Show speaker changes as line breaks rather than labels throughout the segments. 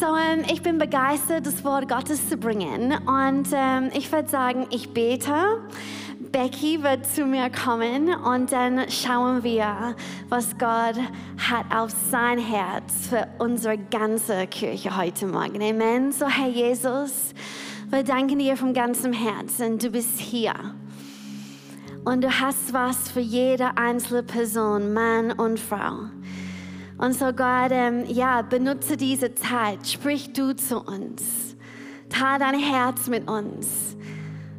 So, ähm, ich bin begeistert, das Wort Gottes zu bringen. Und ähm, ich würde sagen, ich bete. Becky wird zu mir kommen und dann schauen wir, was Gott hat auf sein Herz für unsere ganze Kirche heute Morgen. Amen. So, Herr Jesus, wir danken dir vom ganzen Herzen. Du bist hier. Und du hast was für jede einzelne Person, Mann und Frau. Und so Gott, ähm, ja, benutze diese Zeit, sprich du zu uns, teil dein Herz mit uns,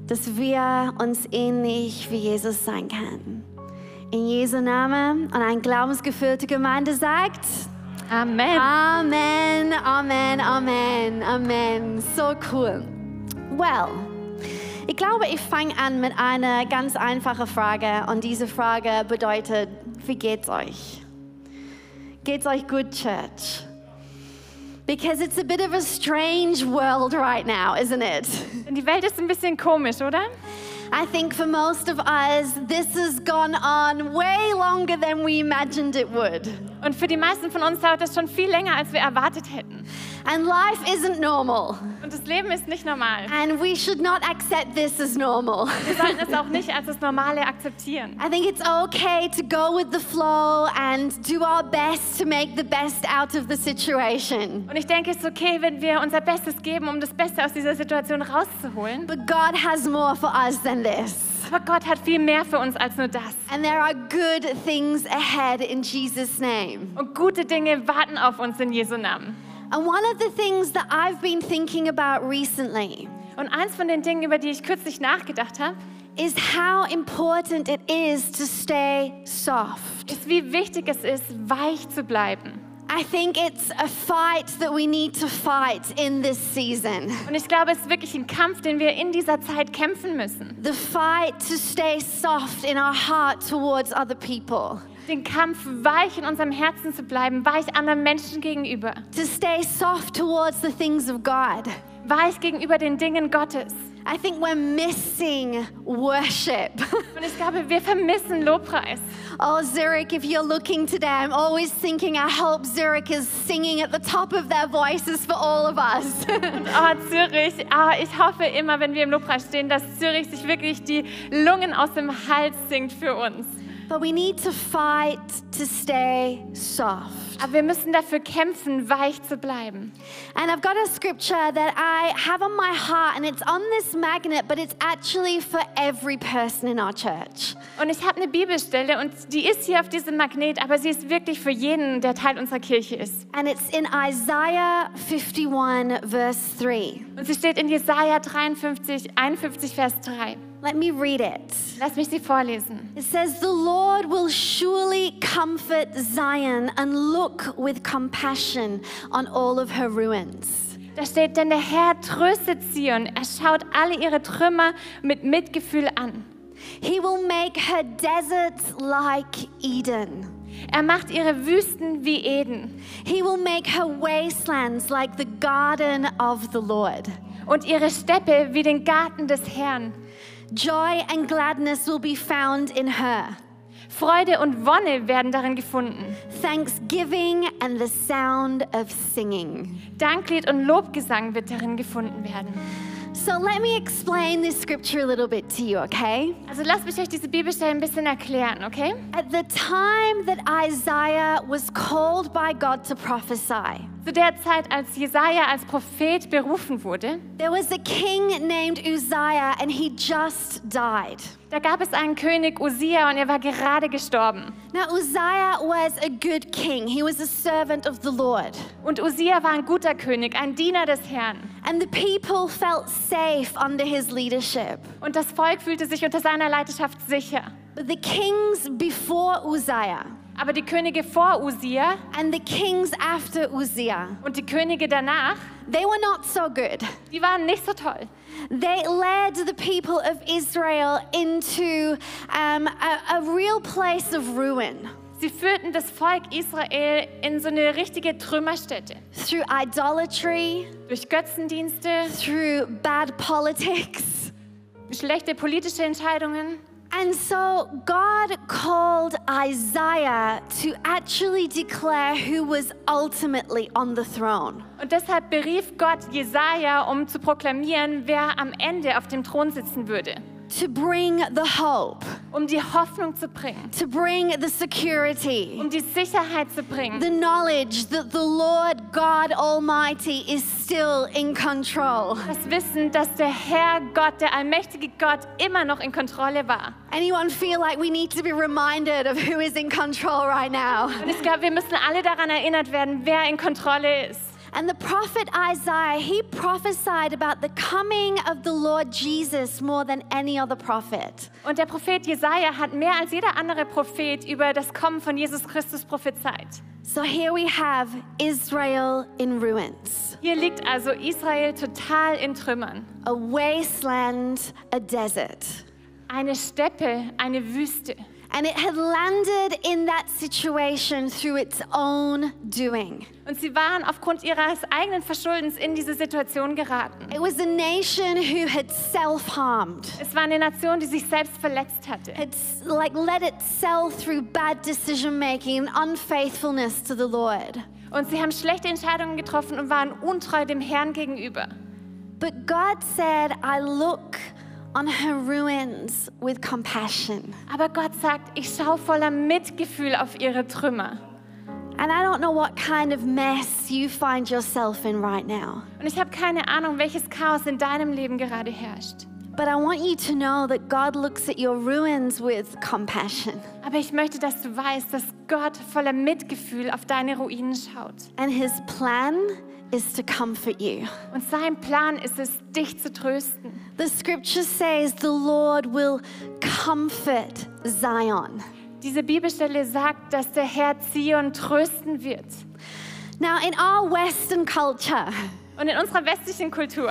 dass wir uns ähnlich wie Jesus sein können. In Jesu Namen und eine glaubensgefüllte Gemeinde sagt,
Amen.
Amen, Amen, Amen, Amen. So cool. Well, ich glaube, ich fange an mit einer ganz einfachen Frage und diese Frage bedeutet, wie geht's euch? Geht's euch gut, Church? Because it's a bit of a strange world right now, isn't it?
Die Welt ist ein bisschen komisch, oder?
I think for most of us, this has gone on way longer than we imagined it would.
Und für die meisten von uns dauert das schon viel länger, als wir erwartet hätten.
And life isn't normal.
Und das Leben ist nicht normal.
And we should not accept this as normal.
Wir sollten es auch nicht als das Normale akzeptieren.
I think it's okay to go with the flow and do our best to make the best out of the situation.
Und ich denke, es ist okay, wenn wir unser Bestes geben, um das Beste aus dieser Situation rauszuholen.
But God has more for us than this.
Aber Gott hat viel mehr für uns als nur das.
And there are good things ahead in Jesus' name.
Und gute Dinge warten auf uns in Jesu Namen.
And one of the things that I've been thinking about recently
Und eins von den Dingen, über die ich kürzlich nachgedacht habe,
is how important it is to stay soft.
ist, wie wichtig es ist, weich zu bleiben.
I think it's a fight that we need to fight in this season.
Und ich glaube, es ist wirklich ein Kampf, den wir in dieser Zeit kämpfen müssen.
The fight to stay soft in our heart towards other people.
den Kampf, weich in unserem Herzen zu bleiben, weich anderen Menschen gegenüber,
to stay soft towards the things of God.
weich gegenüber den Dingen Gottes.
I think we're missing worship.
Und ich glaube, wir vermissen Lobpreis.
oh, Zurich, if you're looking today, I'm always thinking, I hope Zurich is singing at the top of their voices for all of us.
Oh, Zürich, ah, ich hoffe immer, wenn wir im Lobpreis stehen, dass Zürich sich wirklich die Lungen aus dem Hals singt für uns.
but we need to fight to stay soft.
Aber wir müssen dafür kämpfen, weich zu bleiben.
And I've got a scripture that I have on my heart, and it's on this magnet, but it's actually for every person in our church.
Und ich habe eine Bibelstelle und die ist hier auf diesem Magnet, aber sie ist wirklich für jeden, der Teil unserer Kirche ist.
And it's in Isaiah 51, verse 3.
Und sie steht in Jesaja 53, 51, Vers 3.
Let me read it.
Lass mich sie vorlesen.
It says, The Lord will surely comfort Zion and look with compassion on all of her ruins.
Da steht, denn der Herr tröstet Zion, er schaut alle ihre Trümmer mit Mitgefühl an.
He will make her deserts like Eden.
Er macht ihre Wüsten wie Eden
He will make her wastelands like the garden of the Lord.
und ihre Steppe wie den Garten des Herrn.
Joy and gladness will be found in her,
Freude und Wonne werden darin gefunden.
thanksgiving and the sound of singing.
Danklied und Lobgesang wird darin gefunden werden.
So let me explain this scripture a little bit to you, okay?
Also lasst mich euch diese Bibelstelle ein bisschen erklären, okay?
At the time that Isaiah was called by God to prophesy,
Zu der Zeit, als Jesaja als Prophet berufen wurde,
there was a king named Uzziah and he just died.
da gab es einen König Usia und er war gerade gestorben.
Now, Uzziah was a good king, he was a servant of the Lord.
Und Usia war ein guter König, ein Diener des Herrn.
And the people felt safe under his leadership.
Und das Volk fühlte sich unter seiner Leiterschaft sicher.
But the kings before Uzziah,
Aber die Könige vor Usia
and the kings after Uzziah,
und die Könige danach,
they were not so good.
die waren nicht so toll.
They led the people of Israel into um, a, a real place of ruin
Sie führten das Volk Israel in so eine richtige Trümmerstätte.
through idolatry,
Durch Götzendienste,
through bad politics.
schlechte politische Entscheidungen.
And so God called Isaiah to actually declare who was ultimately on the throne.
Und deshalb berief Gott Jesaja, um zu proklamieren, wer am Ende auf dem Thron sitzen würde,
to bring the hope,
um die Hoffnung zu bringen,
to bring the security,
um die Sicherheit zu bringen,
the knowledge that the Lord God Almighty is still in control.
das Wissen, dass der Herr Gott, der allmächtige Gott, immer noch in Kontrolle war.
Anyone feel like we need to be reminded of who is in control right now?
Und ich glaube, wir müssen alle daran erinnert werden, wer in Kontrolle ist.
And the prophet Isaiah, he prophesied about the coming of the Lord Jesus more than any other prophet.
Und der Prophet Jesaja hat mehr als jeder andere Prophet über das Kommen von Jesus Christus prophezeit.
So here we have Israel in ruins,
Hier liegt also Israel total in Trümmern.
a wasteland, a desert.
Eine Steppe, eine Wüste.
And it had landed in that situation through its own doing.
Und sie waren aufgrund ihres eigenen Verschuldens in diese Situation geraten.
It was a nation who had self harmed,
Es war eine Nation, die sich selbst verletzt hatte.
had s- like let itself through bad decision making and unfaithfulness to the Lord.
Und sie haben schlechte Entscheidungen getroffen und waren untreu dem Herrn gegenüber.
But God said, I look on her ruins with compassion.
Aber Gott sagt, ich schaue voller Mitgefühl auf ihre Trümmer.
And I don't know what kind of mess you find yourself in right now,
Und ich habe keine Ahnung, welches Chaos in deinem Leben gerade herrscht.
but I want you to know that God looks at your ruins with compassion.
Aber ich möchte, dass du weißt, dass Gott voller Mitgefühl auf deine Ruinen schaut.
And his plan is to comfort you.
Und sein Plan ist es, dich zu trösten.
The scripture says the Lord will comfort Zion.
Diese Bibelstelle sagt, dass der Herr Zion trösten wird.
Now, in our Western culture,
Und in unserer westlichen Kultur,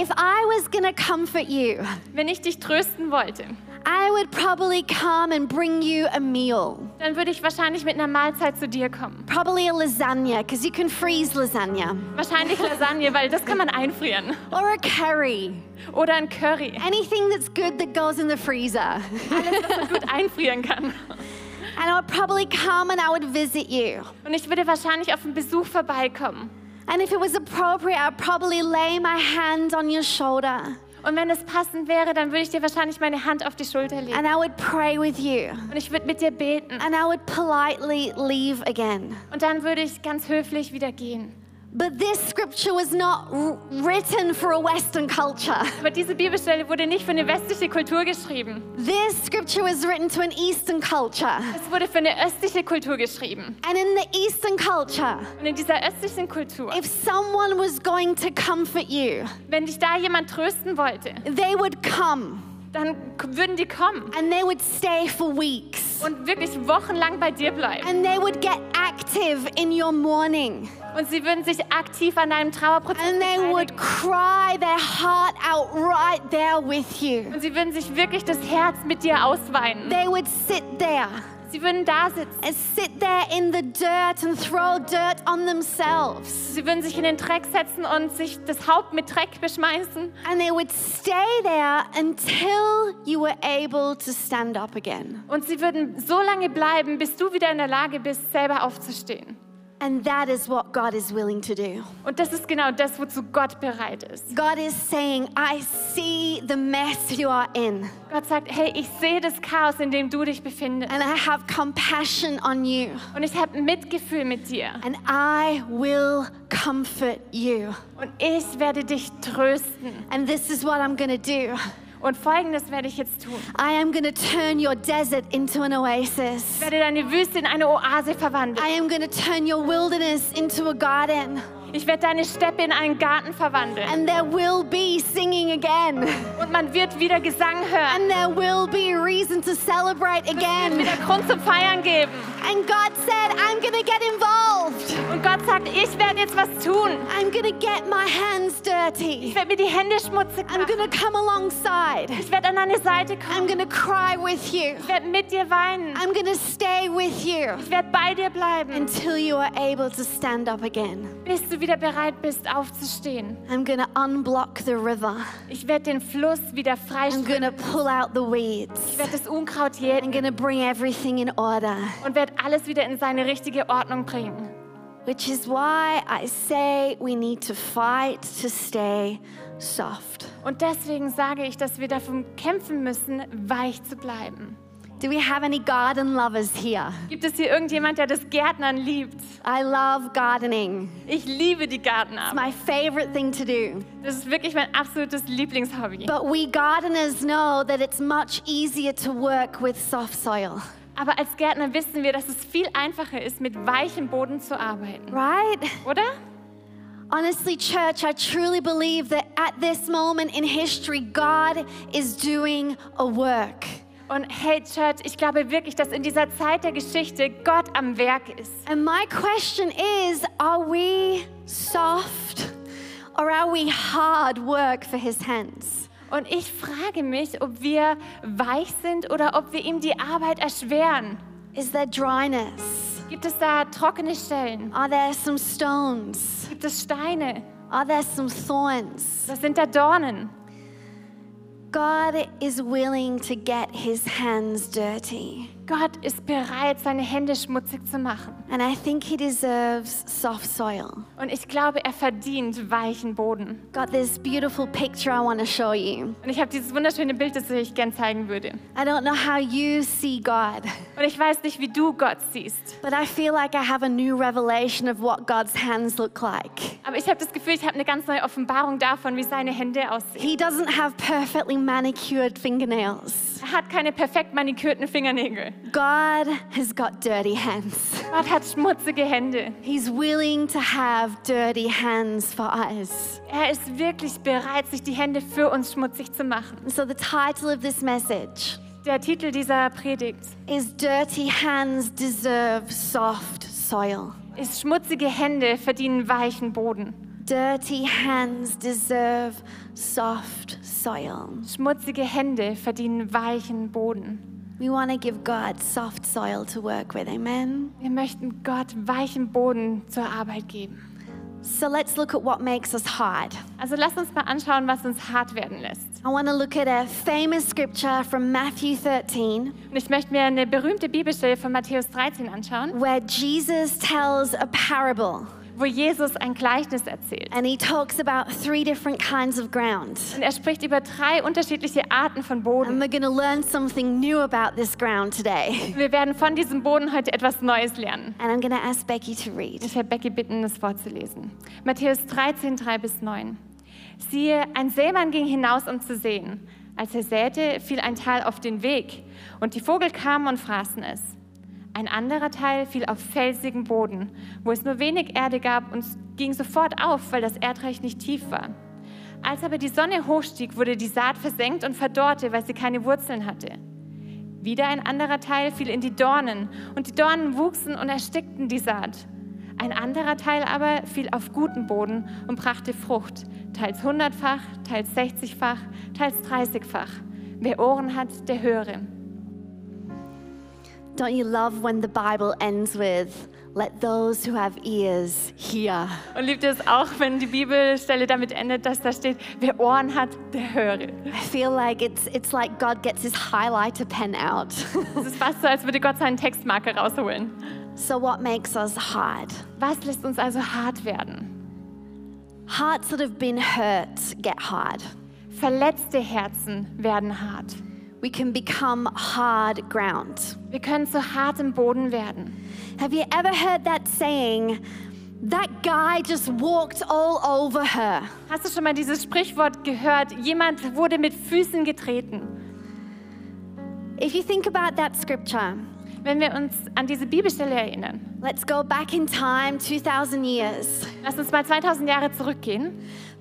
if I was gonna comfort you,
wenn ich dich trösten wollte,
I would probably come and bring you a meal,
dann würde ich wahrscheinlich mit einer Mahlzeit zu dir kommen.
probably a lasagna, because you can freeze lasagna,
Wahrscheinlich Lasagne, weil das kann man einfrieren.
or a curry,
Oder ein Curry,
anything that's good that goes in the freezer.
das man gut einfrieren kann.
And I would probably come and I would visit you.
Und ich würde wahrscheinlich auf einen Besuch vorbeikommen.
And if it was appropriate, I'd probably lay my hand on your shoulder
Und wenn es passend wäre, dann würde ich dir wahrscheinlich meine Hand auf die Schulter legen.
and I would pray with you.
Und ich würde mit dir beten.
and I would politely leave again.
Und dann würde ich ganz höflich wieder gehen.
But this scripture was not r- written for a Western culture.
Aber diese Bibelstelle wurde nicht für eine westliche Kultur geschrieben.
This scripture was written to an Eastern culture.
Es wurde für eine östliche Kultur geschrieben.
And in the Eastern culture,
Und in dieser östlichen Kultur,
if someone was going to comfort you,
wenn dich da jemand trösten wollte,
they would come
dann k- würden die kommen
and they would stay for weeks.
und wirklich wochenlang bei dir bleiben.
And they would get active in your mourning.
Und sie würden sich aktiv an deinem Trauerprozess
And they would
beteiligen.
cry their heart out right there with you.
Und sie würden sich wirklich das Herz mit dir ausweinen.
They would sit there.
Sie würden da sitzen.
and sit there in the dirt and throw dirt on themselves.
Sie würden sich in den Dreck setzen und sich das Haupt mit Dreck beschmeißen.
And they would stay there until you were able to stand up again.
Und sie würden so lange bleiben, bis du wieder in der Lage bist, selber aufzustehen.
And that is what God is willing to do.
Und das ist genau das, wozu Gott bereit ist.
God is saying, I see the mess you are in,
Gott sagt, hey, ich sehe das Chaos, in dem du dich befindest.
and I have compassion on you,
Und ich habe Mitgefühl mit dir.
and I will comfort you.
Und ich werde dich trösten.
And this is what I'm gonna do
Und folgendes werde ich jetzt tun.
I am gonna turn your desert into an oasis.
Ich werde deine Wüste in eine Oase
I
verwandeln.
am going to turn your wilderness into a garden.
Ich werde deine Steppe in einen Garten verwandeln.
and there will be singing again,
Und man wird wieder Gesang hören.
and there will be reason to celebrate
Es wird
again.
wieder Grund zum Feiern geben.
And God said, I'm going to get involved.
Und Gott sagt, ich werde jetzt was tun.
I'm going to get my hands
Ich
dirty.
werde mir die Hände schmutzig
I'm
machen.
going to come alongside.
Ich werde an deine Seite
I'm
kommen.
going to cry with you.
Ich werde mit dir weinen.
I'm going to stay with you
Ich werde bei dir bleiben,
until you are able to stand up again.
bis du wieder bereit bist, aufzustehen.
I'm going to unblock the river.
Ich werde den Fluss wieder
I'm
freischwimmen.
going to pull out the weeds.
Ich werde das Unkraut
I'm
jäten
going to bring everything in order,
und werde alles wieder in seine richtige Ordnung bringen.
which is why I say we need to fight to stay soft.
Und deswegen sage ich, dass wir davon kämpfen müssen, weich zu bleiben.
Do we have any garden lovers here?
Gibt es hier irgendjemand, der das Gärtnern liebt?
I love gardening.
Ich liebe die
It's
Gartenarbeit.
my favorite thing to do.
Das ist wirklich mein absolutes Lieblingshobby.
But we gardeners know that it's much easier to work with soft soil,
Aber als Gärtner wissen wir, dass es viel einfacher ist, mit weichem Boden zu arbeiten,
right?
oder?
Honestly, church, I truly believe that at this moment in history, God is doing a work.
Und hey Church, ich glaube wirklich, dass in dieser Zeit der Geschichte Gott am Werk ist.
And my question is are we soft or are we hard work for his hands?
Und ich frage mich, ob wir weich sind oder ob wir ihm die Arbeit erschweren.
Is there dryness?
Gibt es da trockene Stellen?
Are there some stones?
Gibt es Steine?
Are there some thorns?
Was sind da Dornen?
God is willing to get his hands dirty.
Gott ist bereit, seine Hände schmutzig zu machen.
And I think he deserves soft soil.
Und ich glaube, er verdient weichen Boden.
Got this beautiful picture I want to show you.
Und ich habe dieses wunderschöne Bild, das ich gern zeigen würde.
I don't know how you see God,
Und ich weiß nicht, wie du Gott siehst,
but I feel like I have a new revelation of what God's hands look like.
aber ich habe das Gefühl, ich habe eine ganz neue Offenbarung davon, wie seine Hände aussehen.
He doesn't have perfectly manicured fingernails.
Er hat keine perfekt manikürten Fingernägel.
God has got dirty hands.
Gott hat schmutzige Hände.
He's willing to have dirty hands for us.
Er ist wirklich bereit, sich die Hände für uns schmutzig zu machen.
And so, the title of this message
Der Titel dieser Predigt
is Dirty Hands Deserve Soft Soil.
ist Schmutzige Hände verdienen weichen Boden.
Dirty hands deserve soft soil.
Schmutzige Hände verdienen weichen Boden.
We want to give God soft soil to work with, amen?
Wir möchten Gott weichen Boden zur Arbeit geben.
So, let's look at what makes us hard.
Also lass uns mal anschauen, was uns hart werden lässt.
I want to look at a famous scripture from Matthew 13.
Und ich möchte mir eine berühmte Bibelstelle von Matthäus 13 anschauen,
where Jesus tells a parable
wo Jesus ein Gleichnis erzählt.
and he talks about three different kinds of ground.
Und er spricht über drei unterschiedliche Arten von Boden.
And we're going to learn something new about this ground today.
Wir werden von diesem Boden heute etwas Neues lernen.
And I'm going to ask Becky to read.
Ich werde Becky bitten, das Wort zu lesen. Matthäus 13, 3 bis 9. Siehe, ein Sämann ging hinaus, um zu säen. Als er säte, fiel ein Teil auf den Weg, und die Vogel kamen und fraßen es. Ein anderer Teil fiel auf felsigen Boden, wo es nur wenig Erde gab und ging sofort auf, weil das Erdreich nicht tief war. Als aber die Sonne hochstieg, wurde die Saat versenkt und verdorrte, weil sie keine Wurzeln hatte. Wieder ein anderer Teil fiel in die Dornen, und die Dornen wuchsen und erstickten die Saat. Ein anderer Teil aber fiel auf guten Boden und brachte Frucht, teils hundertfach, teils sechzigfach, teils dreißigfach. Wer Ohren hat, der höre.
Don't you love when the Bible ends with, let those who have ears hear?
Und liebt ihr es auch, wenn die Bibelstelle damit endet, dass da steht, wer Ohren hat, der höre.
I feel like it's, it's like God gets his highlighter pen out.
Es ist fast so, als würde Gott seinen Textmarker rausholen.
so, what makes us hard?
Was lässt uns also hart werden?
Hearts that have been hurt get hard.
Verletzte Herzen werden hart.
We can become hard ground.
Wir können zu hartem Boden werden.
Have you ever heard that saying? That guy just walked all over her.
Hast du schon mal dieses Sprichwort gehört? Jemand wurde mit Füßen getreten.
If you think about that scripture,
Wenn wenn wir uns an diese Bibelstelle erinnern.
Let's go back in time 2,000 years.
Lass uns mal 2000 Jahre zurückgehen.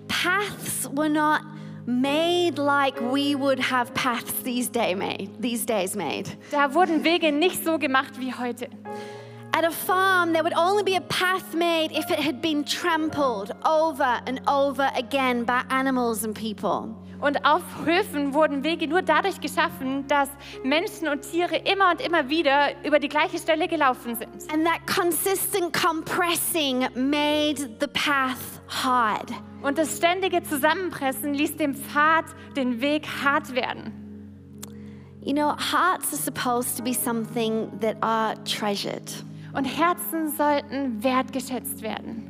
Paths were not made like we would have paths these, day made, these days made.
Da wurden Wege nicht so gemacht wie heute.
At a farm, there would only be a path made if it had been trampled over and over again by animals and people.
Und auf Höfen wurden Wege nur dadurch geschaffen, dass Menschen und Tiere immer und immer wieder über die gleiche Stelle gelaufen sind.
And that consistent compressing made the path hard.
Und das ständige Zusammenpressen ließ dem Pfad den Weg hart werden.
You know, hearts are supposed to be something that are treasured.
Und Herzen sollten wertgeschätzt werden.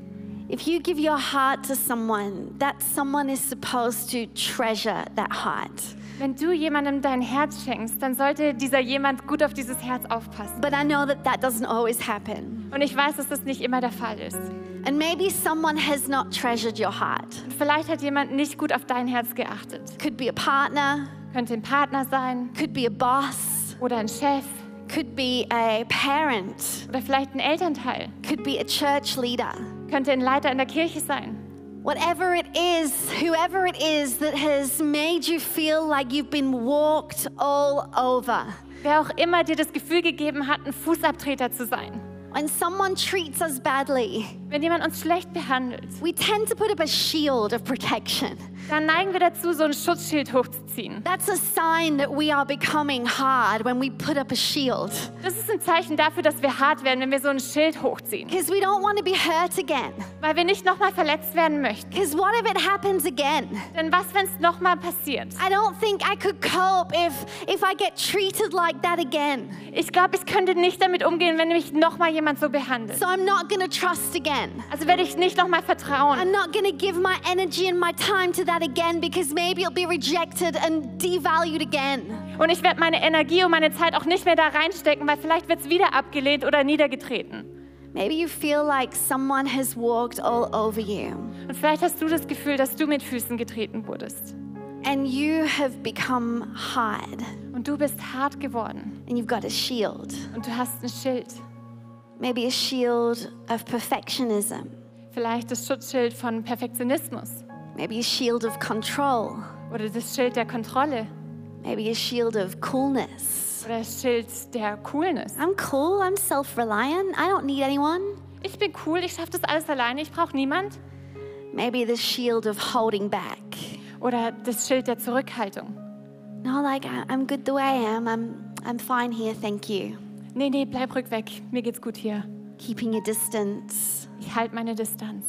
If you give your heart to someone, that someone is supposed to treasure that heart.
Wenn du jemandem dein Herz schenkst, dann sollte dieser jemand gut auf dieses Herz aufpassen.
But I know that that doesn't always happen.
Und ich weiß, dass das nicht immer der Fall ist.
And maybe someone has not treasured your heart.
Vielleicht hat jemand nicht gut auf dein Herz geachtet.
Could be a partner,
Könnte ein Partner sein
could be a boss,
oder ein Chef
could be a parent,
oder vielleicht ein Elternteil.
could be a church leader.
Könnte ein Leiter in der Kirche sein.
Whatever it is, whoever it is that has made you feel like you've been walked all over.
Wer auch immer dir das Gefühl gegeben hat, ein Fußabtreter zu sein.
When someone treats us badly,
Wenn jemand uns schlecht behandelt,
we tend to put up a shield of protection.
dann neigen wir dazu, so ein Schutzschild hochzuziehen.
That's a sign that we are becoming hard when we put up a shield
Das ist ein Zeichen dafür, dass wir hart werden, wenn wir so ein Schild hochziehen.
because we don't want to be hurt again.
Weil wir nicht nochmal verletzt werden möchten.
Because what if it happens again?
Denn was, wenn es nochmal passiert?
I don't think I could cope if if I get treated like that again.
Ich glaube, ich könnte nicht damit umgehen, wenn mich nochmal jemand so behandelt.
So I'm not going to trust again.
Also werde ich nicht nochmal vertrauen.
I'm not going to give my energy and my time to that again because maybe it'll be rejected and devalued again.
Und ich werde meine Energie und meine Zeit auch nicht mehr da reinstecken, weil vielleicht wird es wieder abgelehnt oder niedergetreten.
Maybe you feel like someone has walked all over you
Und vielleicht hast du das Gefühl, dass du mit Füßen getreten wurdest.
and you have become hard
Und du bist hart geworden.
and you've got a shield.
Und du hast ein Schild.
Maybe a shield of perfectionism,
Vielleicht das Schutzschild von Perfektionismus.
maybe a shield of control,
Oder das Schild der Kontrolle.
maybe a shield of coolness.
Oder das Schild der Coolness.
I'm cool, I'm self reliant, I don't need anyone.
Ich bin cool, ich schaffe das alles alleine, ich brauche niemand.
Maybe the shield of holding back.
Oder das Schild der Zurückhaltung.
No, like I- I'm good the way I am. I'm I'm fine here, thank you.
Nee, nee, bleib ruhig weg. Mir geht's gut hier.
Keeping a distance.
Ich halte meine Distanz.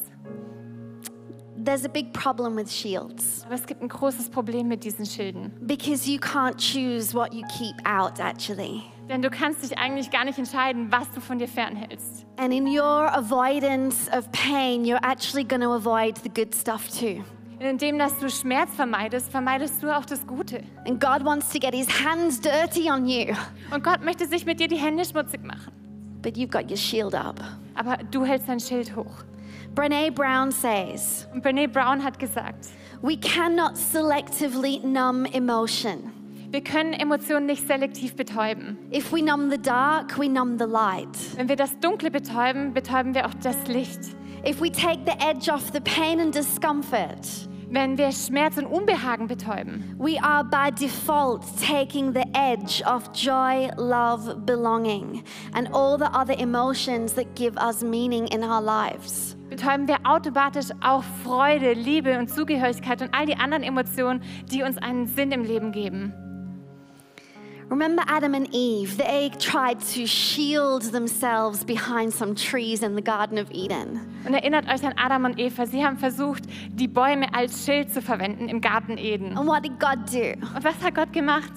There's a big problem with shields
Aber es gibt ein großes Problem mit diesen Schilden.
because you can't choose what you keep out actually.
Denn du kannst dich eigentlich gar nicht entscheiden, was du von dir fernhältst.
And in your avoidance of pain, you're actually going to avoid the good stuff too.
Und indem, dass du Schmerz vermeidest, vermeidest du auch das Gute.
And God wants to get his hands dirty on you,
Und Gott möchte sich mit dir die Hände schmutzig machen.
but you've got your shield up.
Aber du hältst dein Schild hoch.
Brené Brown says,
Und Brene Brown hat gesagt,
We cannot selectively numb emotion.
wir können Emotionen nicht selektiv betäuben.
If we numb the dark, we numb the light.
Wenn wir das Dunkle betäuben, betäuben wir auch das Licht.
If we take the edge off the pain and discomfort,
Wenn wir Schmerz und Unbehagen betäuben,
we are by default taking the edge off joy, love, belonging, and all the other emotions that give us meaning in our lives.
betäuben wir automatisch auch Freude, Liebe und Zugehörigkeit und all die anderen Emotionen, die uns einen Sinn im Leben geben.
Remember Adam and Eve? They tried to shield themselves behind some trees in the Garden of Eden.
Und erinnert euch an Adam und Eva. Sie haben versucht, die Bäume als Schild zu verwenden im Garten Eden.
And what did God do?
Und was hat Gott gemacht?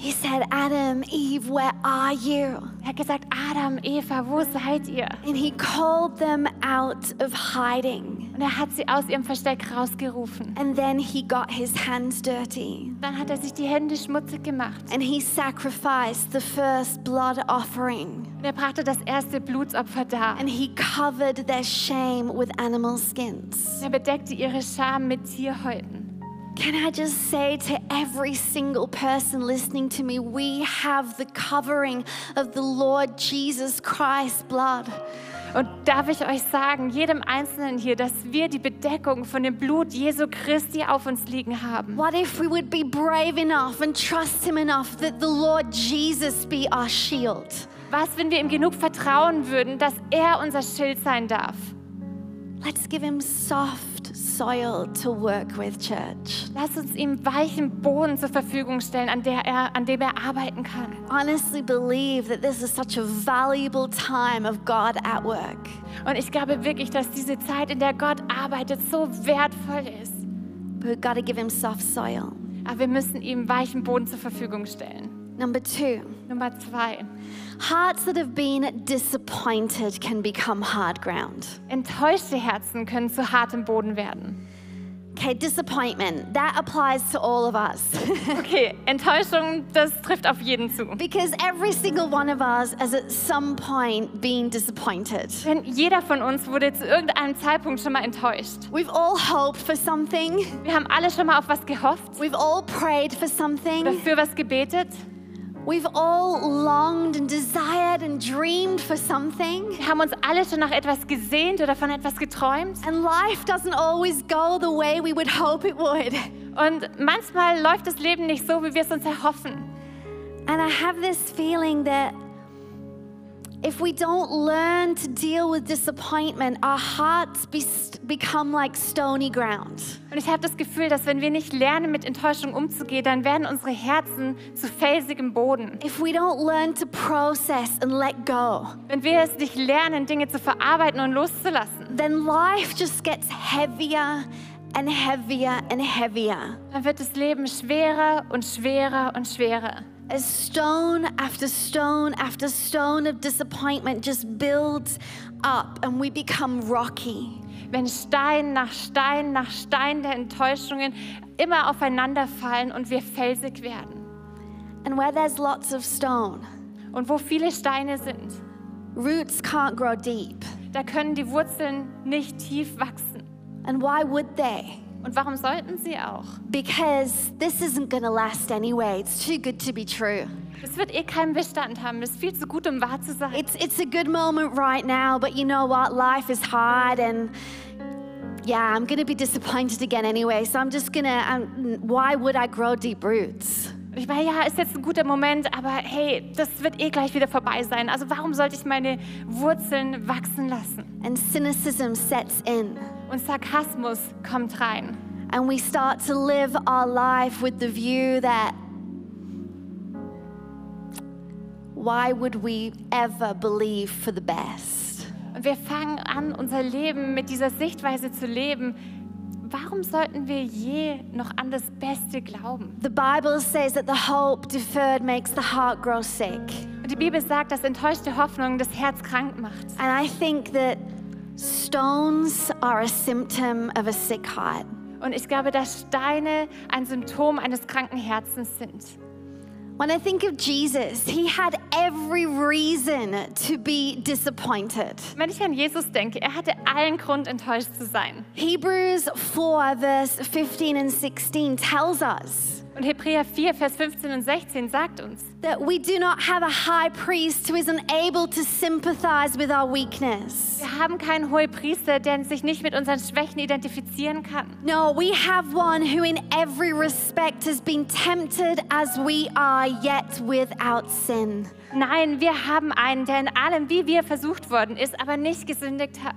He said, Adam, Eve, where are you?
Er hat gesagt, Adam, Eva, wo seid ihr?
And he called them out of hiding.
Und er hat sie aus ihrem Versteck rausgerufen.
And then he got his hands dirty.
Dann hat er sich die Hände schmutzig gemacht.
And he sacrificed the first blood offering.
Und er brachte das erste Blutsopfer dar.
And he covered their shame with animal skins.
Und er bedeckte ihre Scham mit Tierhäuten.
Can I just say to every single person listening to me, we have the covering of the Lord Jesus Christ's blood.
Und darf ich euch sagen, jedem Einzelnen hier, dass wir die Bedeckung von dem Blut Jesu Christi auf uns liegen haben.
What if we would be brave enough and trust Him enough that the Lord Jesus be our shield?
Was, wenn wir ihm genug vertrauen würden, dass er unser Schild sein darf?
Let's give Him soft soil to work with, church.
Lass uns ihm weichen Boden zur Verfügung stellen, an, der er, an dem er arbeiten kann.
Honestly, believe that this is such a valuable time of God at work.
Und ich glaube wirklich, dass diese Zeit, in der Gott arbeitet, so wertvoll ist.
But we've got to give Him soft soil.
Aber wir müssen ihm weichen Boden zur Verfügung stellen.
Number two.
Nummer zwei.
Hearts that have been disappointed can become hard ground.
Enttäuschte Herzen können zu hartem Boden werden.
Okay, disappointment, that applies to all of us.
Okay, Enttäuschung, das trifft auf jeden zu.
because every single one of us has at some point been disappointed.
Denn jeder von uns wurde zu irgendeinem Zeitpunkt schon mal enttäuscht.
We've all hoped for something,
Wir haben alle schon mal auf was gehofft,
we've all prayed for something,
dafür was gebetet.
we've all longed and desired and dreamed for something.
Wir haben uns alle schon nach etwas gesehnt oder von etwas geträumt.
And life doesn't always go the way we would hope it would.
Und manchmal läuft das Leben nicht so, wie wir es uns erhoffen.
And I have this feeling that if we don't learn to deal with disappointment, our hearts be- become like stony ground.
Und ich habe das Gefühl, dass wenn wir nicht lernen, mit Enttäuschung umzugehen, dann werden unsere Herzen zu felsigem Boden.
If we don't learn to process and let go,
Wenn wir es nicht lernen, Dinge zu verarbeiten und loszulassen,
then life just gets heavier and heavier and heavier.
dann wird das Leben schwerer und schwerer und schwerer.
As stone after stone after stone of disappointment just builds up and we become rocky.
Wenn Stein nach Stein nach Stein der Enttäuschungen immer aufeinanderfallen und wir felsig werden.
And where there's lots of stone,
Und wo viele Steine sind,
roots can't grow deep.
da können die Wurzeln nicht tief wachsen.
And why would they?
Und warum sollten sie auch?
Because this isn't going to last anyway. It's too good to be true.
Es wird eh keinen Bestand haben, es ist viel zu gut, um wahr zu sein.
It's it's a good moment right now, but you know what? Life is hard and yeah, I'm going to be disappointed again anyway. So I'm just going to why would I grow deep roots?
Ich meine, ja, ist jetzt ein guter Moment, aber hey, das wird eh gleich wieder vorbei sein. Also warum sollte ich meine Wurzeln wachsen lassen?
And cynicism sets in
Und Sarkasmus kommt rein.
and we start to live our life with the view that why would we ever believe for the best?
Und wir fangen an, unser Leben mit dieser Sichtweise zu leben. Warum sollten wir je noch an das Beste glauben?
The Bible says that the hope deferred makes the heart grow sick.
Und die Bibel sagt, dass enttäuschte Hoffnung das Herz krank macht.
And I think that stones are a symptom of a sick heart.
Und ich glaube, dass Steine ein Symptom eines kranken Herzens sind.
When I think of Jesus, he had every reason to be disappointed.
Wenn ich an Jesus denke, er hatte allen Grund, enttäuscht zu sein.
Hebrews 4, verse 15 and 16 tells us
Und Hebräer 4, Vers 15 und 16 sagt uns,
that we do not have a high priest who is unable to sympathize with our weakness.
wir haben keinen Hohepriester, der sich nicht mit unseren Schwächen identifizieren kann.
No, we have one who, in every respect, has been tempted as we are, yet without sin.
Nein, wir haben einen, der in allem wie wir versucht worden ist, aber nicht gesündigt hat.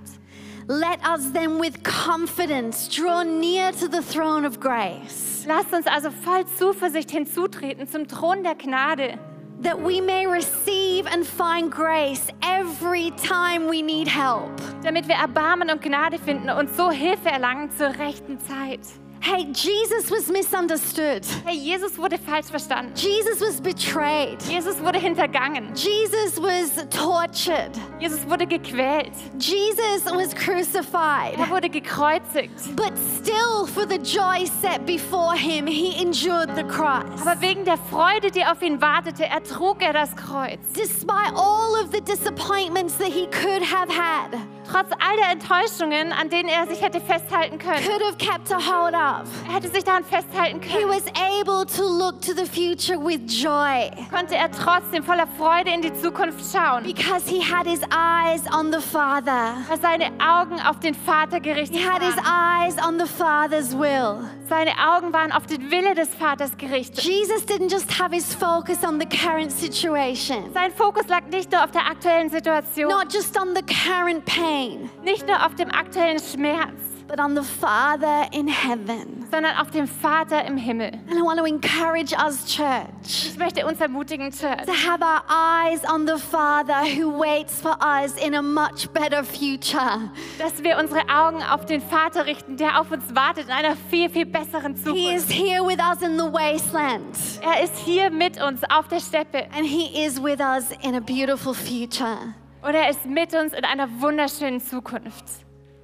Let us then with confidence draw near to the throne of grace,
Lasst uns also voll Zuversicht hinzutreten zum Thron der Gnade,
that we may receive and find grace every time we need help.
damit wir Erbarmen und Gnade finden und so Hilfe erlangen zur rechten Zeit.
Hey, Jesus was misunderstood.
Hey, Jesus wurde falsch verstanden.
Jesus was betrayed.
Jesus wurde hintergangen.
Jesus was tortured.
Jesus wurde gequält.
Jesus was crucified.
Er wurde gekreuzigt.
But still, for the joy set before him, he endured the cross.
Aber wegen der Freude, die auf ihn wartete, ertrug er das Kreuz.
Despite all of the disappointments that he could have had,
trotz all der Enttäuschungen, an denen er sich hätte festhalten können.
could have kept a hold of.
Er hätte sich daran festhalten
He
können.
was able to look to the future with joy
Konnte er trotzdem voller Freude in die Zukunft schauen,
because he had his eyes on the Father.
weil seine Augen auf den Vater
He
gerichtet
had his
waren.
eyes on the Father's will.
Seine Augen waren auf den Wille des Vaters gerichtet.
Jesus didn't just have his focus on the current situation,
Sein Fokus lag nicht nur auf der aktuellen Situation,
not just on the current pain,
nicht nur auf dem aktuellen Schmerz,
but on the Father in heaven.
sondern auf dem Vater im Himmel.
And I want to encourage us, church,
Ich möchte uns ermutigen, Church,
to have our eyes on the Father who waits for us in a much better future.
dass wir unsere Augen auf den Vater richten, der auf uns wartet in einer viel, viel besseren
He
Zukunft.
is here with us in the wasteland.
Er ist hier mit uns auf der Steppe
And He is with us in a beautiful future.
und er ist mit uns in einer wunderschönen Zukunft.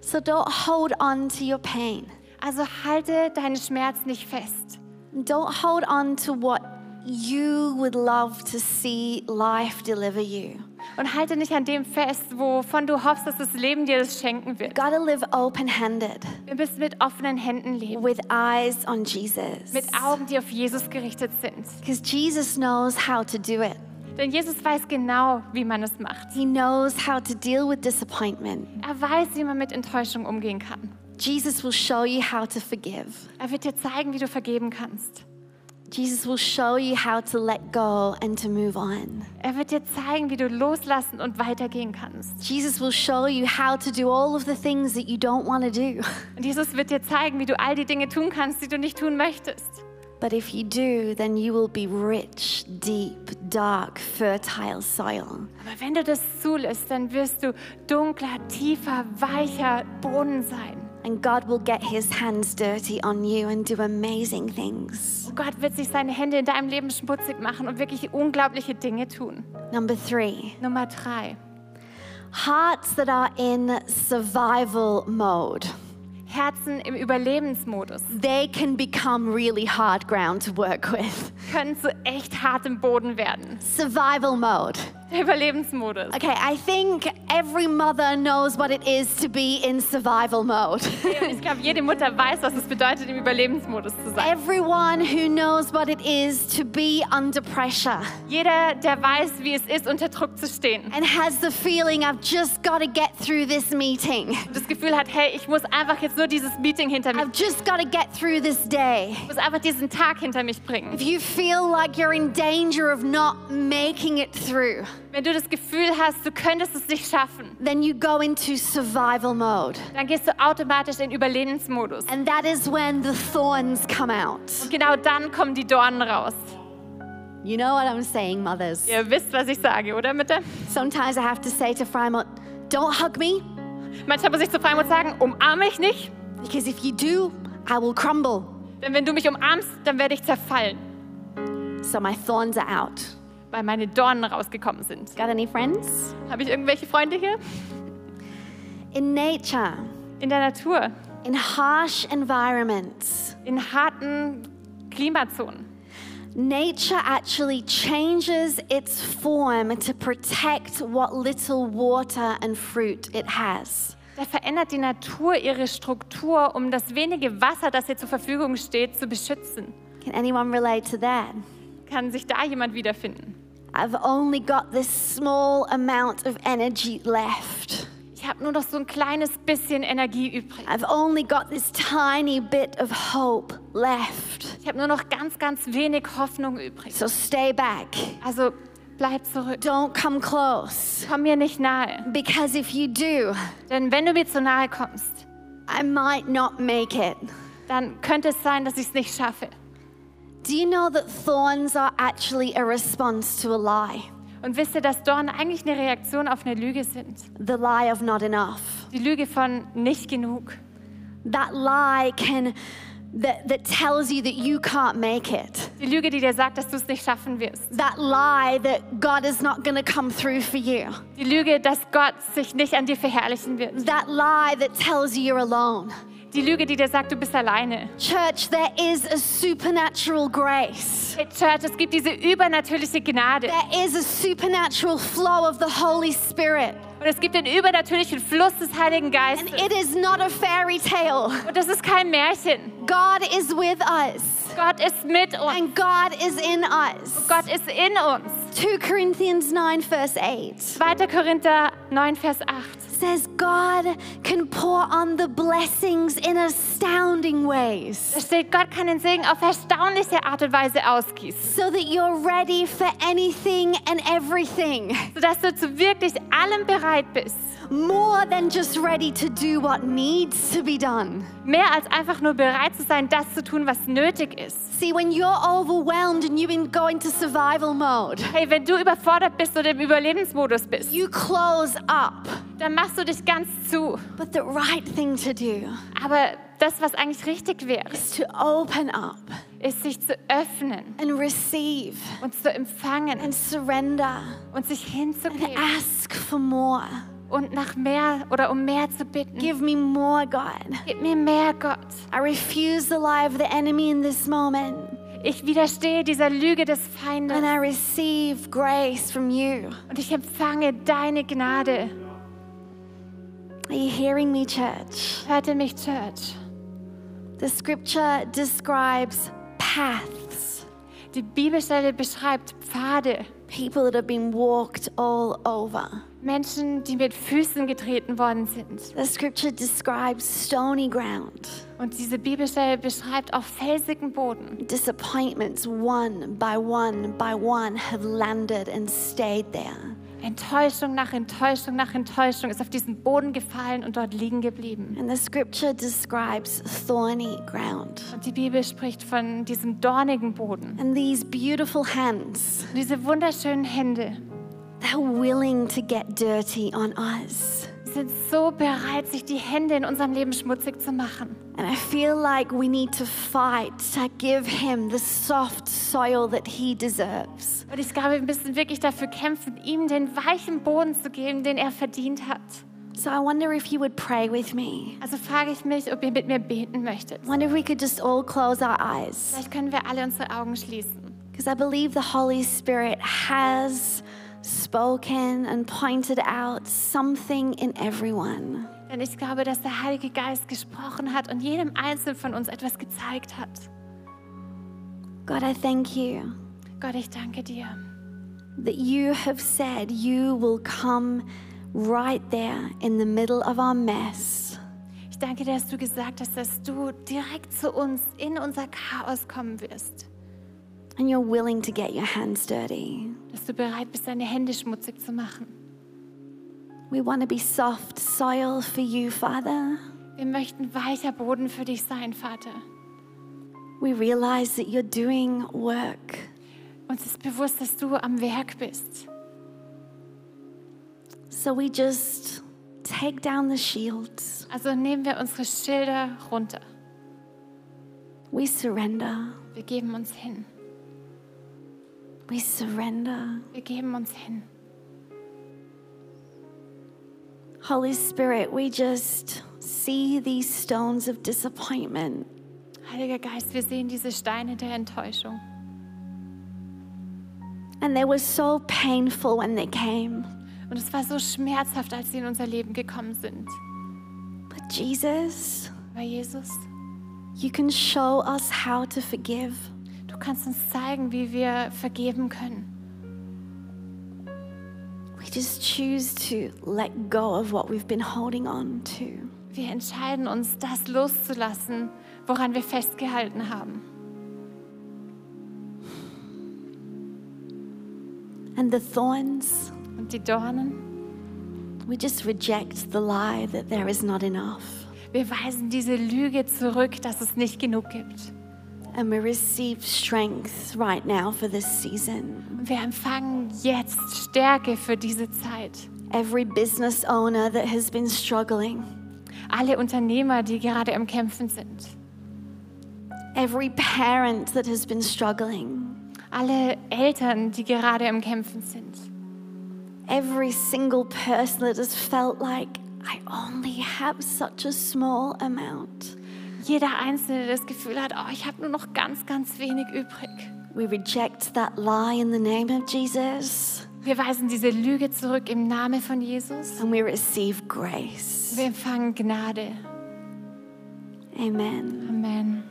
So don't hold on to your pain.
Also halte deinen Schmerz nicht fest.
Don't hold on to what you would love to see life deliver you.
Und halte nicht an dem fest, wovon du hoffst, dass das Leben dir das schenken wird.
Gotta live open handed
Wir müssen mit offenen Händen leben.
with eyes on Jesus.
Mit Augen, die auf Jesus gerichtet sind.
Because Jesus knows how to do it.
Denn Jesus weiß genau, wie man es macht.
He knows how to deal with disappointment.
Er weiß, wie man mit Enttäuschung umgehen kann.
Jesus will show you how to forgive.
Er wird dir zeigen, wie du vergeben kannst.
Jesus will show you how to let go and to move on.
Er wird dir zeigen, wie du loslassen und weitergehen kannst.
Jesus will show you how to do all of the things that you don't want to do.
Und Jesus wird dir zeigen, wie du all die Dinge tun kannst, die du nicht tun möchtest.
But if you do, then you will be rich, deep, dark, fertile soil.
Aber wenn du das zulässt, dann wirst du dunkler, tiefer, weicher Boden sein.
And God will get his hands dirty on you and do amazing things.
Und Gott wird sich seine Hände in deinem Leben schmutzig machen und wirklich unglaubliche Dinge tun.
Number three,
Nummer drei.
hearts that are in survival mode.
Herzen im Überlebensmodus
They can become really hard ground to work with.
können zu echt hartem Boden werden.
Survival mode.
Der Überlebensmodus.
Okay, I think every mother knows what it is to be in survival mode.
Ich glaube, jede Mutter weiß, was es bedeutet, im Überlebensmodus zu sein.
Everyone who knows what it is to be under pressure
Jeder, der weiß, wie es ist, unter Druck zu stehen.
and has the feeling I've just got to get through this meeting.
Und das Gefühl hat, hey, ich muss einfach jetzt nur dieses Meeting hinter mich,
I've just got to get through this day.
ich muss einfach diesen Tag hinter mich bringen.
If you feel like you're in danger of not making it through,
Wenn du das Gefühl hast, du könntest es nicht schaffen,
then you go into survival mode.
dann gehst du automatisch in Überlebensmodus.
And that is when the thorns come out.
Genau dann kommen die Dornen raus.
You know what I'm saying, mothers.
Ihr wisst, was ich sage, oder Mütter?
Sometimes I have to say to Frymont, don't hug me,
Manchmal muss ich zu Freimut sagen, umarme mich nicht,
because if you do, I will crumble.
denn wenn du mich umarmst, dann werde ich zerfallen,
So my thorns are out.
weil meine Dornen rausgekommen sind.
Got any friends?
Habe ich irgendwelche Freunde hier?
In nature,
In der Natur,
in harsh environments,
in harten Klimazonen.
nature actually changes its form to protect what little water and fruit it has.
Da verändert die Natur ihre Struktur, um das wenige Wasser, das ihr zur Verfügung steht, zu beschützen.
Can anyone relate to that?
Kann sich da jemand wiederfinden?
I've only got this small amount of energy left.
Ich habe nur noch so ein kleines bisschen Energie übrig.
I've only got this tiny bit of hope left.
Ich habe nur noch ganz, ganz wenig Hoffnung übrig.
So stay back.
Also bleib zurück.
Don't come close.
Komm mir nicht nahe.
Because if you do,
Denn wenn du mir zu nahe kommst,
I might not make it.
dann könnte es sein, dass ich es nicht schaffe.
Do you know that thorns are actually a response to a lie?
Und wisst ihr, dass Dornen eigentlich eine Reaktion auf eine Lüge sind?
The lie of not enough.
Die Lüge von nicht genug.
That lie can that, that tells you that you can't make it.
Die Lüge, die dir sagt, dass du es nicht schaffen wirst.
That lie that God is not going to come through for you.
Die Lüge, dass Gott sich nicht an dir verherrlichen wird.
That lie that tells you you're alone.
Die Lüge, die dir sagt, du bist alleine.
Church, there is a supernatural grace.
Hey, Church, es gibt diese übernatürliche Gnade.
There is a supernatural flow of the Holy Spirit.
Und es gibt den übernatürlichen Fluss des Heiligen
And
Geistes.
it is not a fairy tale.
Und das ist kein Märchen.
God is with us,
Gott ist mit uns.
and God is in us.
Gott ist in uns.
2 Corinthians 9, verse 8
2. Korinther 9, Vers 8.
says, God can pour on the blessings in astounding ways
Da steht, Gott kann den Segen auf erstaunliche Art und Weise ausgießen,
so that you're ready for anything and everything,
sodass du zu wirklich allem bereit bist.
more than just ready to do what needs to be done.
Mehr als einfach nur bereit zu sein, das zu tun, was nötig ist.
See, when you're overwhelmed and you go into survival mode,
Hey, wenn du überfordert bist oder im Überlebensmodus bist,
you close up.
dann machst du dich ganz zu.
But the right thing to do
Aber das, was eigentlich richtig wäre,
is to open up
ist sich zu öffnen
and receive
und zu empfangen
and surrender
und sich
and
hinzugeben
ask for more.
und nach mehr oder um mehr zu bitten.
Give me more, God.
Gib mir mehr, Gott.
I refuse the lie of the enemy in this moment
Ich widerstehe dieser Lüge des Feindes
and I receive grace from you.
und ich empfange deine Gnade.
Are you hearing me, church?
Hörte mich, Church.
The scripture describes paths,
Die Bibelstelle beschreibt Pfade.
people that have been walked all over.
Menschen, die mit Füßen getreten worden sind.
The scripture describes stony ground,
Und diese Bibelstelle beschreibt auch felsigen Boden.
disappointments one by one by one have landed and stayed there.
Enttäuschung nach Enttäuschung nach Enttäuschung ist auf diesen Boden gefallen und dort liegen geblieben.
And the scripture describes thorny ground.
Und die Bibel spricht von diesem dornigen Boden.
And these beautiful hands,
Und diese wunderschönen Hände
they're willing to get dirty on us.
sind so bereit, sich die Hände in unserem Leben schmutzig zu machen.
And I feel like we need to fight to give him the soft soil that he deserves.
Und ich glaube, wir müssen wirklich dafür kämpfen, ihm den weichen Boden zu geben, den er verdient hat.
So I wonder if you would pray with me.
Also frage ich mich, ob ihr mit mir beten möchtet.
I wonder if we could just all close our eyes.
Vielleicht können wir alle unsere Augen schließen.
Because I believe the Holy Spirit has spoken and pointed out something in everyone.
Denn ich glaube, dass der Heilige Geist gesprochen hat und jedem Einzelnen von uns etwas gezeigt hat.
God, I thank you
Gott, ich danke dir,
that you have said you will come right there in the middle of our mess
Ich danke dir, dass du gesagt hast, dass du direkt zu uns in unser Chaos kommen wirst.
and you're willing to get your hands dirty.
Dass du bereit bist, deine Hände schmutzig zu machen.
We want to be soft soil for you, Father.
Wir möchten weicher Boden für dich sein, Vater.
We realize that you're doing work.
Uns ist bewusst, dass du am Werk bist.
So we just take down the shields,
Also nehmen wir unsere Schilder runter.
we surrender.
Wir geben uns hin.
We surrender.
Wir geben uns hin.
Holy Spirit, we just see these stones of disappointment
Heiliger Geist, wir sehen diese Steine der Enttäuschung.
and they were so painful when they came.
Und es war so schmerzhaft, als sie in unser Leben gekommen sind.
But Jesus,
Aber Jesus,
you can show us how to forgive.
du kannst uns zeigen, wie wir vergeben können.
We just choose to let go of what we've been holding on to.
Wir entscheiden uns, das loszulassen, woran wir festgehalten haben.
And the thorns,
Und die Dornen,
we just reject the lie that there is not enough.
wir weisen diese Lüge zurück, dass es nicht genug gibt.
And we receive strength right now for this season.
Und wir empfangen jetzt Stärke für diese Zeit.
Every business owner that has been struggling,
Alle Unternehmer, die gerade am Kämpfen sind,
every parent that has been struggling,
alle Eltern, die gerade am Kämpfen sind,
every single person that has felt like, I only have such a small amount.
jeder Einzelne das Gefühl hat, oh, ich habe nur noch ganz, ganz wenig übrig.
We reject that lie in the name of Jesus
Wir weisen diese Lüge zurück im Namen von Jesus.
and we receive grace.
Wir empfangen Gnade.
Amen.
Amen.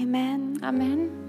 Amen.
Amen.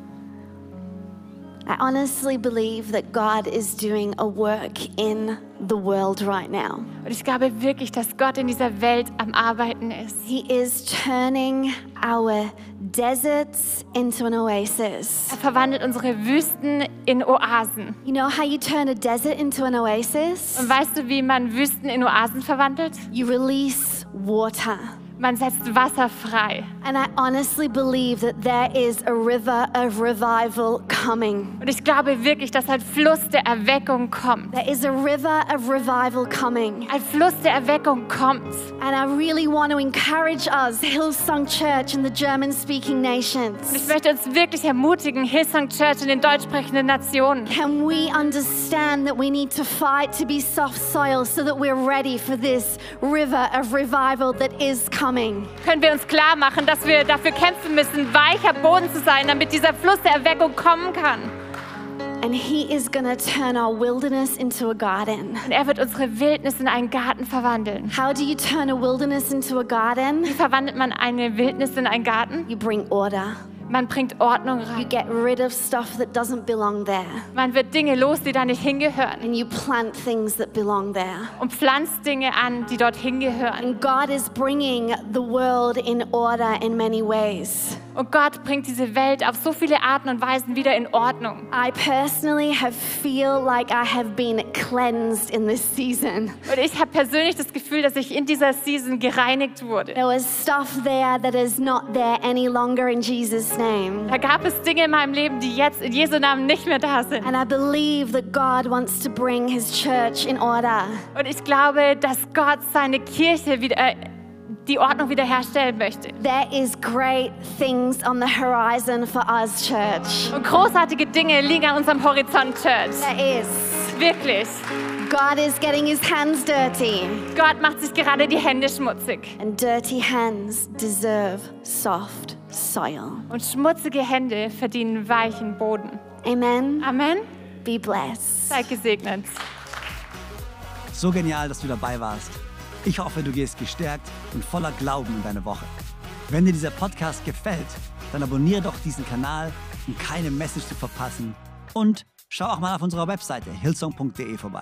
I honestly believe that God is doing a work in the world right now.
Und ich glaube wirklich, dass Gott in dieser Welt am Arbeiten ist.
He is turning our deserts into an oasis.
Er verwandelt unsere Wüsten in Oasen.
You know how you turn a desert into an oasis?
Und weißt du, wie man Wüsten in Oasen verwandelt?
You release water.
Man setzt Wasser frei.
And I honestly believe that there is a river of revival coming.
Und ich glaube wirklich, dass ein Fluss der Erweckung kommt.
There is a river of revival coming.
Ein Fluss der Erweckung kommt.
And I really want to encourage us, Hillsong Church in the German speaking
Ich
nations.
möchte uns wirklich ermutigen, Hillsong Church in den deutsch sprechenden Nationen.
Can we understand that we need to fight to be soft soil so that we're ready for this river of revival that is coming?
Können wir uns klar machen, dass wir dafür kämpfen müssen, weicher Boden zu sein, damit dieser Fluss der Erweckung kommen kann.
And He is going to turn our wilderness into a garden.
Und er wird unsere Wildnis in einen Garten verwandeln.
How do you turn a wilderness into a garden?
Wie verwandelt man eine Wildnis in einen Garten?
You bring order.
Man bringt Ordnung
You
rein.
get rid of stuff that doesn't belong there,
Man wird Dinge los, die da nicht hingehören.
and you plant things that belong there.
Und pflanzt Dinge an, die dort hingehören.
And God is bringing the world in order in many ways.
Und Gott bringt diese Welt auf so viele Arten und Weisen wieder in Ordnung.
I personally have feel like I have been cleansed in this season.
Und ich habe persönlich das Gefühl, dass ich in dieser Season gereinigt wurde.
There was stuff there that is not there any longer in Jesus' name.
Da gab es Dinge in meinem Leben, die jetzt in Jesu Namen nicht mehr da sind.
And I believe that God wants to bring his church in order.
Und ich glaube, dass Gott seine Kirche wieder, äh, die Ordnung wiederherstellen möchte.
There is great things on the horizon for us, church.
Und großartige Dinge liegen an unserem Horizont, Church.
There is.
Wirklich.
God is getting his hands dirty.
Gott macht sich gerade die Hände schmutzig.
And dirty hands deserve soft soil.
Und schmutzige Hände verdienen weichen Boden.
Amen.
Amen.
Be blessed.
Seid gesegnet.
So genial, dass du dabei warst. Ich hoffe, du gehst gestärkt und voller Glauben in deine Woche. Wenn dir dieser Podcast gefällt, dann abonniere doch diesen Kanal, um keine Message zu verpassen. Und schau auch mal auf unserer Webseite hillsong.de vorbei.